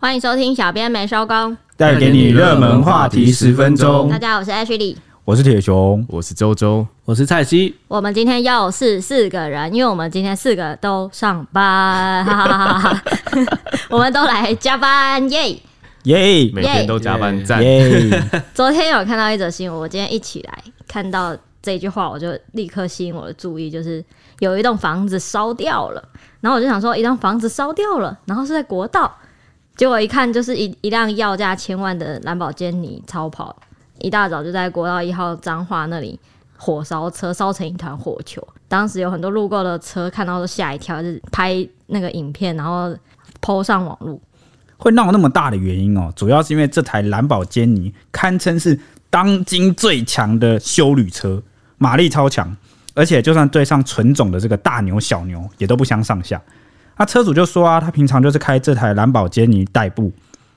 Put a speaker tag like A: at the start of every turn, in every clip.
A: 欢迎收听《小编没收工》，
B: 带给你热门话题十分
C: 嗯
B: 钟
A: 大。家好，我是 H 李。
B: 我是铁熊，
C: 我是周周，
D: 我是蔡西，
A: 我们今天又是四个人，因为我们今天四个都上班，哈哈哈哈哈 我们都来加班耶。
B: 耶
C: 每天都加班，
D: 耶
C: 赞！
B: 耶！
A: 昨天有看到一则新闻，我今天一起来看到这句话，我就立刻吸引我的注意，就是有一栋房子烧掉了，然后我就想说，一栋房子烧掉了，然后是在国道，结果一看就是一一辆要价千万的兰博基尼超跑，一大早就在国道一号彰化那里。火烧车烧成一团火球，当时有很多路过的车看到都吓一跳，就是拍那个影片，然后 PO 上网络。
B: 会闹那么大的原因哦，主要是因为这台蓝宝坚尼堪称是当今最强的修旅车，马力超强，而且就算对上纯种的这个大牛小牛也都不相上下。那车主就说啊，他平常就是开这台蓝宝坚尼代步，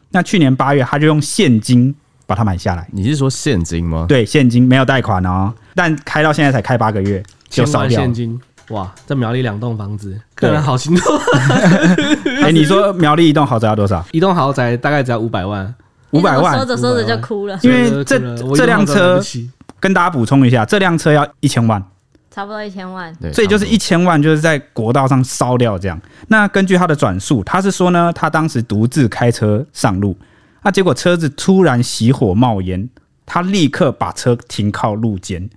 B: 那去年八月他就用现金把它买下来，
C: 你是说现金吗？
B: 对，现金没有贷款哦，但开到现在才开八个月就
D: 千
B: 烧
D: 万
B: 掉了
D: 现。金，哇，这苗栗两栋房子，
B: 对
D: 个人好心动，
B: 哎、你说苗栗一栋豪宅要多少？
D: 一栋豪宅大概只要五百万，
B: 五百
A: 你怎么
B: 万
A: 说。着说着就哭了，
B: 因为
D: 所以
B: 这
D: 可能我
B: 这
D: 一栋
B: 辆
D: 豪宅买
B: 车
D: 不起
B: 跟大家补充一下，这辆车要一千万，
A: 差不多一千万。
C: 对，
B: 所以就是一千万就是在国道上烧掉这样。那根据他的转述，他是说呢，他当时独自开车上路，那结果车子突然熄火冒烟，他立刻把车停靠路肩，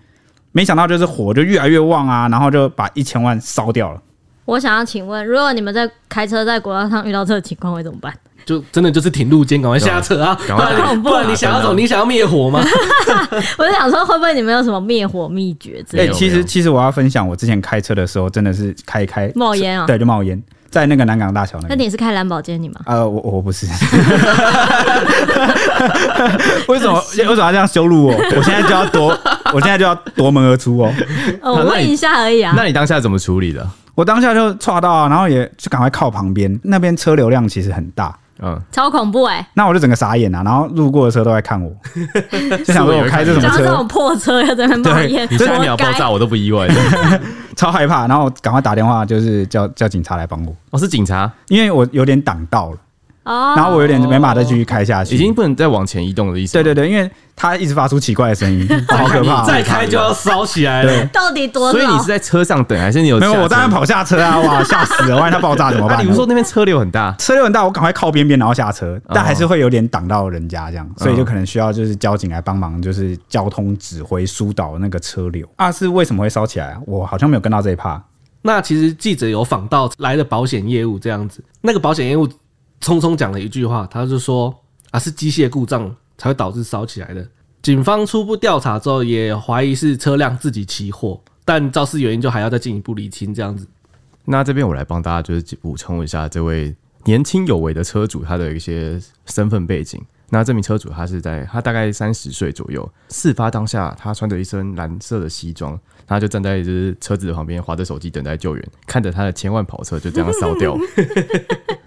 B: 没想到就是火就越来越旺啊，然后就把一千万烧掉了。
A: 我想要请问，如果你们在开车在国道上遇到这个情况会怎么办？
D: 就真的就是停路肩，赶快下车啊！不
C: 赶快打
D: 然不然你想要走，你想要灭火吗？
A: 我就想说，会不会你们有什么灭火秘诀之
B: 哎、
A: 类
C: 没有
B: 其
C: 没
B: 实
C: 有
B: 其实我要分享，我之前开车的时候真的是开一开
A: 的？冒烟啊、
B: 对就冒烟，在那个南港大桥
A: 那
B: 那边。
A: 你是开蓝宝坚尼吗？
B: 呃，我我不是， 为什么为什么要这样羞辱我？ 我现在就要夺，我现在就要夺门而出哦！
A: 哦，我问一下而已啊。
C: 那你当下怎么处理的？
B: 我当下就岔到啊，然后也就赶快靠旁边，那边车流量其实很大，
C: 嗯，
A: 超恐怖哎、
B: 那我就整个傻眼啊，然后路过的车都在 看我，就想说我开这
A: 欸！
B: 什么
A: 像这
B: 车
A: 种，破车要在那边
B: 嗯
A: 冒烟，
C: 你下一
A: 活
C: 秒
A: 该
C: 爆炸我都不意外。
B: 超害怕，然后我赶快打电话就是叫叫警察来帮我，
C: 哦我是警察，
B: 因为我有点挡到了，
A: 哦！
B: 然后我有点没办法再继续开下去，
C: 已经不能再往前移动的意思。
B: 对对，对，因为他一直发出奇怪的声 音， 好可怕哦、
D: 再开就要烧起来
B: 对
D: 了。
A: 到底多
C: 所以你
A: 老
C: 是？在车上等，还是你有
B: 没
C: 下
B: 有，
C: 车？
B: 我当然跑下车 啊！哇，吓死了！万一它爆炸怎么
C: 啊！
B: 办？
C: 你们说那边车流很大，
B: 车流很大，我赶快靠边边，然后下车，但还是会有点挡到人家这样，所以就可能需要就是交警来帮忙，就是交通指挥疏导那个车流。啊，是为什么会烧起来啊？我好像没有跟到这一趴。
D: 那其实记者有访到来的保险业务这样子，那个保险业务匆匆讲了一句话，他就说啊是机械故障才会导致烧起来的。警方初步调查之后，也怀疑是车辆自己起火，但肇事原因就还要再进一步厘清这样子。
C: 那这边我来帮大家就是补充一下这位年轻有为的车主他的一些身份背景。那这名车主他是在他大概三十岁左右，事发当下他穿着一身蓝色的西装，他就站在就是车子的旁边划着手机等待救援，看着他的千万跑车就这样烧掉。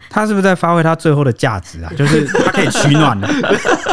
B: 他是不是在发挥他最后的价值啊？就是他可以取暖 了，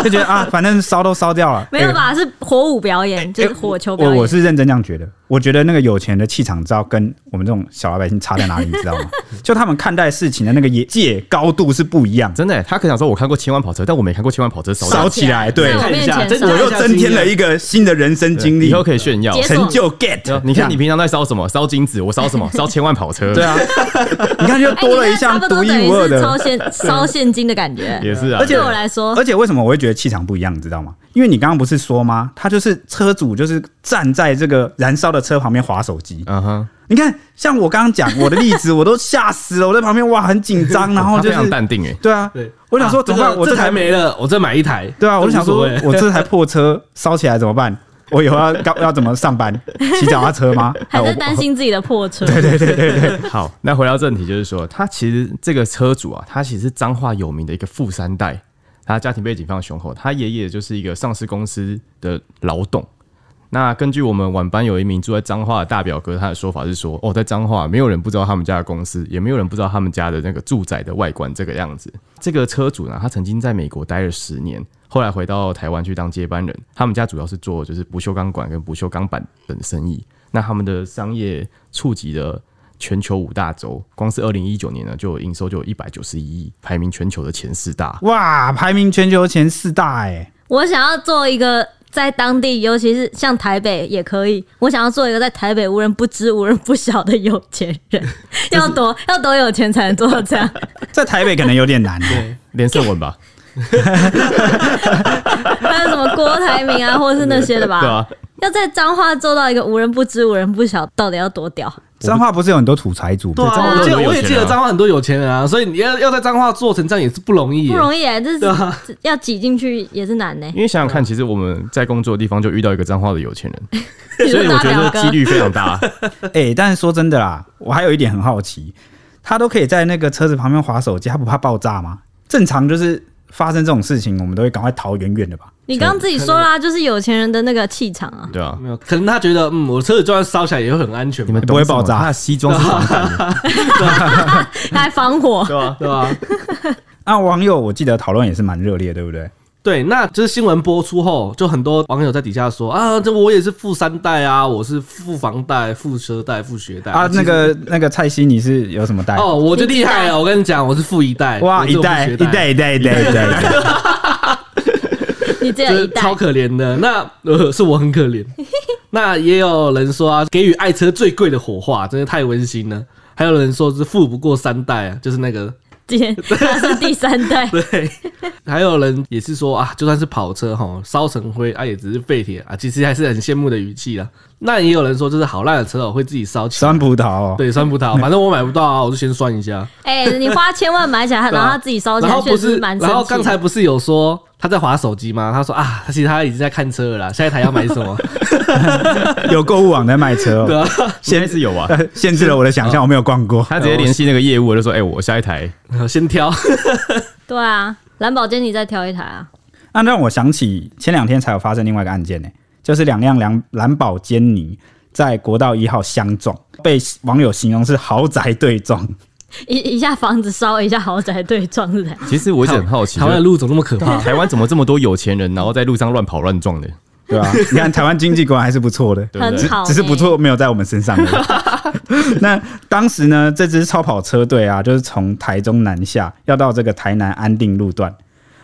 B: 就觉得啊，反正烧都烧掉了，
A: 没有
B: 哎？
A: 吧？是火舞表演，就是火球表
B: 我
A: 演。
B: 我是认真这样觉得，我觉得那个有钱的气场，你知道跟我们这种小老百姓差在哪里，你知道 吗？就他们看待事情的那个眼界高度是不一样的。
C: 真的欸，他可想说我看过千万跑车，但我没看过千万跑车烧掉
B: 烧起来对
A: 在我面
D: 看一下
A: 前
D: 真
A: 烧
D: 的
B: 我又增添了一个新的人生经历
C: 以，后可以炫耀。
A: 结束
B: 成就 get。
C: 你看你平常在烧什么？烧金子，我烧什么？烧千万跑车。
B: 对啊， 你看就
A: 哎
B: 多了一
A: 你这差
B: 项
A: 不
B: 独
A: 多
B: 一
A: 等于
B: 无二
A: 是
B: 的
A: 超。 现烧现金的感觉。
C: 也是啊。
B: 而且
A: 对我来说，
B: 而且为什么我会觉得气场不一样，你知道吗？因为你刚刚不是说吗？他就是车主，就是站在这个燃烧的车旁边划手机。
C: 嗯哼，
B: 你看，像我刚刚讲我的例子，我都吓死了，我在旁边哇很紧张，然后
C: 他
B: 就
C: 非常
B: 是
C: 淡定哎。
B: 对啊，
D: 对，
B: 我想说怎么办？我
D: 这
B: 这
D: 台
B: 台
D: 没了，我再买一台。
B: 对啊，我就想说
D: 这无所谓
B: 我这台破车烧起来怎么办？我以后要要要怎么上班？骑脚踏车吗？哎
A: 还
B: 我
A: 在担心自己的破车。
C: 好，那回到正题，就是说，他其实这个车主啊，他其实是彰化有名的一个富三代，他家庭背景非常雄厚，他爷爷就是一个上市公司的老董。那根据我们晚班有一名住在彰化的大表哥，他的说法是说，哦，在彰化没有人不知道他们家的公司，也没有人不知道他们家的那个住宅的外观这个样子。这个车主呢，他曾经在美国待了十年，后来回到台湾去当接班人。他们家主要是做就是不锈钢管跟不锈钢板等生意。那他们的商业触及的全球五大洲，光是二零一九年呢，就有营收就有一百九十一亿，排名全球的前四大。
B: 哇，排名全球前四大哎、
A: 我想要做一个在当地，尤其是像台北也可以，我想要做一个在台北无人不知、无人不晓的有钱 人，要多要多有钱才能做到这样。
B: 在台北可能有点难、啊。
D: 对，
C: 连胜文吧，
A: 还有什么郭台铭啊，或者是那些的吧？
C: 对啊，
A: 要在彰化做到一个无人不知、无人不晓，到底要多屌？
B: 彰化不是有很多土财主
D: 对
B: 吗？
D: 啊，
C: 对
D: 我记
C: 彰化很多有钱
D: 得
C: 人啊
D: 我也记得彰化很多有钱人啊，所以你要要在彰化做成这样也是不容易耶，
A: 不容易哎、这
D: 对
A: 是、
D: 啊
A: 这要挤进去也是 难呢、
C: 因为想想看，其实我们在工作的地方就遇到一个彰化的有钱人，
A: 比
C: 所以
A: 如
C: 我
A: 大
C: 觉得
A: 表
C: 几
A: 哥，
C: 率非常大。
B: 哎、但是说真的啦，我还有一点很好奇，他都可以在那个车子旁边划手机，他不怕爆炸吗？正常就是发生这种事情，我们都会赶快逃远远的吧？
A: 你刚刚自己说啦、就是有钱人的那个气场啊。
C: 对啊，
D: 没有，可能他觉得嗯，我车子就算烧起来也会很安全
C: 你
D: 嘛
C: 们，
B: 不会爆炸
C: 懂什么他的西装是防 弹的，
A: 来防火，
C: 对吧？
D: 对吧？
B: 那啊网友我记得讨论也是蛮热烈，对不对？
D: 对，那就是新闻播出后，就很多网友在底下说啊，这我也是富三代啊，我是富房贷、富车贷、富学贷
B: 啊，那个那个蔡西你是有什么代？
D: 哦，我就厉害了，我跟你讲，我是富一代，
B: 哇，
D: 我是
B: 一
D: 富
B: 代
D: 学
B: 一代一代一代一代， 一代
A: 你这
D: 就
A: 有一
D: 是
A: 代
D: 超可怜的。那呃，是我很可 怜。那也有人说啊，给予爱车最贵的火化，真的太温馨了。还有人说是富不过三代啊，就是那个，
A: 姐，他是第三代
D: 对。还有人也是说啊，就算是跑车哈，烧成灰啊，也只是废铁啊，其实还是很羡慕的语气啦。那也有人说，就是好烂的车哦，会自己烧起来。
B: 酸葡萄哦，
D: 对，酸 葡萄，反正我买不到啊，我就先酸一下。
A: 哎、你花千万买起来，然后他自己烧起
D: 啊然
A: 来，
D: 后
A: 确
D: 不
A: 实
D: 是，
A: 蛮
D: 然
A: 神
D: 后
A: 奇
D: 刚才
A: 的。
D: 不是有说他在划手机吗？他说啊，其实他已经在看车了啦，下一台要买什么？
B: 有购物网在卖车
D: 对
B: 哦，
D: 啊，
C: 现在是有 啊。
B: 呃限制了我的想象，我没有逛过。
C: 他直接联系那个业务，就说：“哎、我下一台
D: 先挑。
A: 对啊，蓝宝坚尼再挑一台啊，
B: 那让我想起前两天才有发生另外一个案件呢、就是两辆蓝蓝宝坚尼在国道一号相撞，被网友形容是豪宅对撞。
A: 一一下房子烧，一下豪宅对撞是吧？
C: 其实我 一直很好奇，
D: 台湾的
C: 就是
D: 路怎么那么可怕？
C: 台湾怎么这么多有钱人，然后在路上乱跑乱撞的？
B: 对吧、 你看台湾经济果然还是不错的，
C: 对不
A: 很
C: 对？
A: 好、欸，
B: 只是不错没有在我们身上 而已。那当时呢，这支超跑车队啊，就是从台中南下，要到这个台南安定路段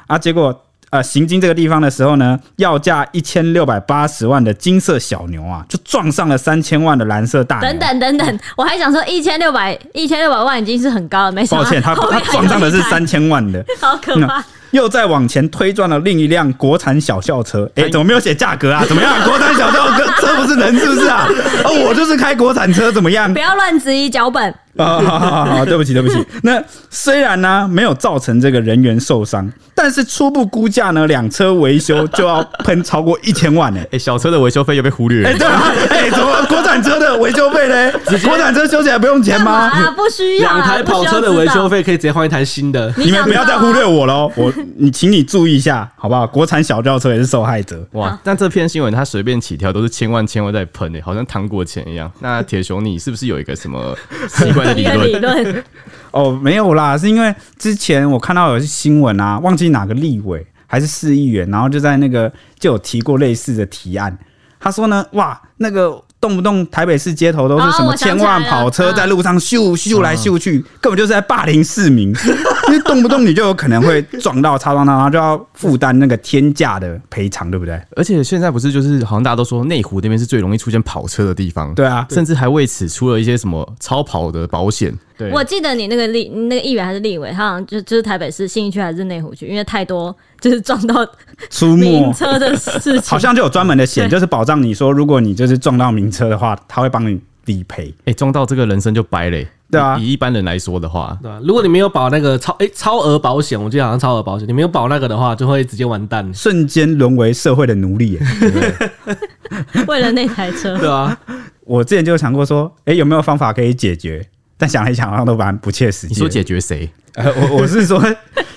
B: 啊，结果。呃，行经这个地方的时候呢，要价一千六百八十万的金色小牛啊，就撞上了三千万的蓝色大牛。
A: 等等等等，我还想说一千六百一千六百万已经是很高了，没想
B: 抱
A: 到
B: 歉，他
A: 后
B: 他
A: 面还有
B: 撞上的是
A: 一台
B: 三，嗯千万的，
A: 好可怕！
B: 又再往前推撞了另一辆国产小轿车。哎、怎么没有写价格啊？怎么样？国产小轿车车不是人是不是啊？哦，我就是开国产车，怎么样
A: 不？要乱质疑脚本，
B: 啊、好好好好，对不起对不 起。那虽然呢、没有造成这个人员受伤，但是初步估价呢，两车维修就要喷超过一千万呢、
C: 哎、小车的维修费又被忽略了。
B: 哎、对啊，哎、怎么国产车的维修费呢？国产车修起来不用钱
A: 干嘛
B: 吗？
A: 啊？不需要啊
D: 两台跑车的维修，费可以直接换一台新的。
A: 不需
B: 你
A: 要知道啊
B: 们不要再忽略。我喽，我你请你注意一下，好不好？国产小轿车也是受害者。
C: 哇！但这篇新闻它随便起跳都是千万千万在喷诶、欸好像糖果钱一样。那铁熊，你是不是有一个什么奇怪的
A: 你
C: 理
A: 的理
C: 论？
A: 论，
B: 哦，没有啦，是因为之前我看到有新闻啊，忘记哪个立委还是市议员，然后就在那个就有提过类似的提案。他说呢，哇，那个动不动台北市街头都是什
A: 哦
B: 么
A: 我想
B: 千
A: 起来
B: 万
A: 了
B: 跑车
A: 嗯
B: 在路上咻咻来咻去，根本就是在霸凌市 民，因为动不动你就有可能会撞到、擦撞到，然后就要负担那个天价的赔偿，对不对？
C: 而且现在不是就是好像大家都说内湖那边是最容易出现跑车的地方，
B: 对啊，
C: 甚至还为此出了一些什么超跑的保险。
B: 对
A: 我记得你那个立你那个议员还是立委，他好像就就是台北市信义区还是内湖区，因为太多就是撞到
D: 哦
B: 出没
A: 名车的事情，
B: 好像就有专门的险，
A: 对
B: 就是保障你说，如果你就是撞到名车的话，他会帮你理赔。
C: 哎、撞到这个人生就掰嘞、
B: 对啊
C: 以以一般人来说的话，
D: 对吧？如果你没有保那个超哎、超额保险，我记得好像超额保险，你没有保那个的话，就会直接完蛋，
B: 瞬间沦为社会的奴隶耶。
A: 为了那台车
D: 对吧？
B: 我之前就有想过说，哎、有没有方法可以解决？但想来想，好像都蛮不切实际的。
C: 你说解决谁？
B: 呃，我我是说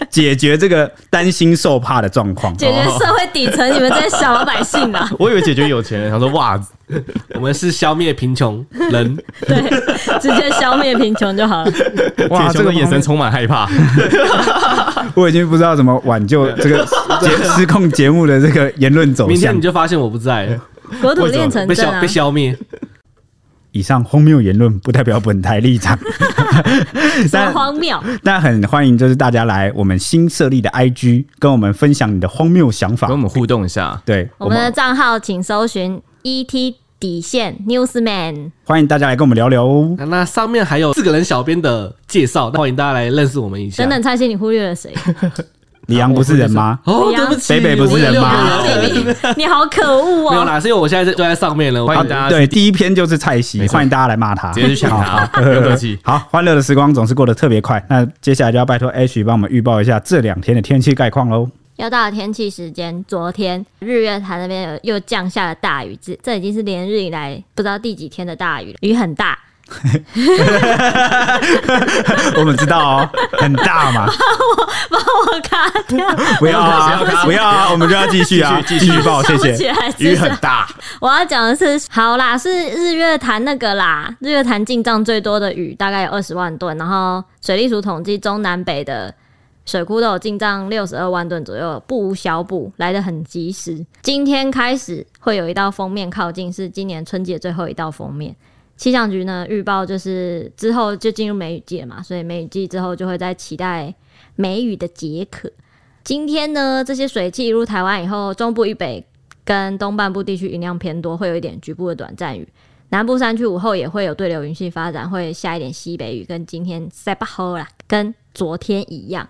B: 解决这个担心受怕的状况。
A: 解决社会底
D: 哦
A: 层你们这些小老百姓 啊，
C: 我以为解决有钱人，他说 哇，
D: 我们是消灭贫穷人，
A: 对，直接消灭贫穷就好了。
B: 哇，
C: 铁
B: 这
C: 熊
B: 个
C: 的眼神
B: 方
C: 充满害 怕。
B: 面我已经不知道怎么挽救这个 节失控节目的这个言论走
D: 明天
B: 向
D: 你。就发现我不在了，
A: 国土炼成啊
D: 被
A: 真
D: 消
A: 啊
D: 被！消灭。
B: 以上荒谬言论不代表本台立场，
A: 什么荒谬？
B: 那很欢迎就是大家来我们新设立的 IG 跟我们分享你的荒谬想法
C: 跟我。们互动一下。
B: 对，
A: 我们的账号请搜寻 ET 底线 Newsman。
B: 欢迎大家来跟我们聊聊哦。
D: 那那上面还有四个人小编的介绍，那欢迎大家来认识我们一下。
A: 等等，蔡心，你忽略了 谁？
B: 李阳不是人吗？
D: 哦，
A: 对啊
D: 对不起，
B: 北北不是人吗
D: 我有六个人啊
A: 你好可恶
D: 没有
A: 哦！
D: 啦，是因为我现在就在上面了。
C: 欢
D: 我
C: 迎大家
B: 对，第一篇就是蔡西，
C: 没错
B: 欢迎大家来骂他，
C: 直接去抢他，不 用客气。
B: 好，欢乐的时光总是过得特别快。那接下来就要拜托 H 帮我们预报一下这两天的天气概况 喽。
A: 又到了天气时间，昨天日月潭那边有又降下了大雨，这这已经是连日以来不知道第几天的大雨了，雨很大。
B: 我们知道哦，很大 嘛，
A: 帮我卡掉，
B: 不要啊
C: 不要啊
B: 不要啊，我们就要继续啊，
C: 继
B: 继
C: 续
B: 续报，谢
A: 想不起
B: 谢。
A: 来是
B: 雨
A: 什
B: 很
A: 么。
B: 大，
A: 我要讲的是，好啦，是日月潭那个啦，日月潭进藏最多的雨大概有二十万吨，然后水利署统计中南北的水库都有进藏六十二万吨左右，不无小补，来得很及时。今天开始会有一道封面靠近，是今年春节最后一道封面。气象局呢预报就是之后就进入梅雨季了嘛，所以梅雨季之后就会在期待梅雨的解渴。今天呢，这些水汽入台湾以后，中部以北跟东半部地区云量偏多，会有一点局部的短暂雨。南部山区午后也会有对流云系发展，会下一点西北雨，跟今天塞巴后啦，跟昨天一样。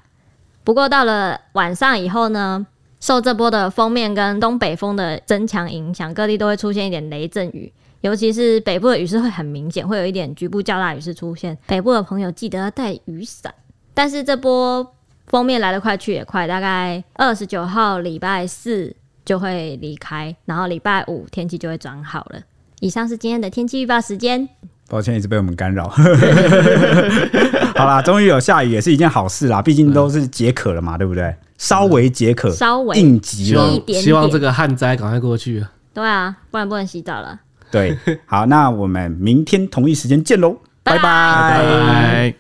A: 不过到了晚上以后呢，受这波的封面跟东北风的增强影响，各地都会出现一点雷阵雨，尤其是北部的雨势会很明显，会有一点局部较大雨势出现。北部的朋友记得要带雨伞。但是这波封面来得快去也快，大概二十九号礼拜四就会离开，然后礼拜五天气就会转好了。以上是今天的天气预报时间。
B: 抱歉一直被我们干扰。 好啦，终于有下雨也是一件好事啦，毕竟都是解渴了嘛，对不对？稍微解渴，
A: 稍微
B: 应急
D: 希
B: 了
A: 一。
D: 望
A: 点点
D: 希望这个旱灾赶快过去啊。
A: 对啊，不然不能洗澡了。
B: 对，好，那我们明天同一时间见喽，拜
A: 拜
B: 拜
C: 拜。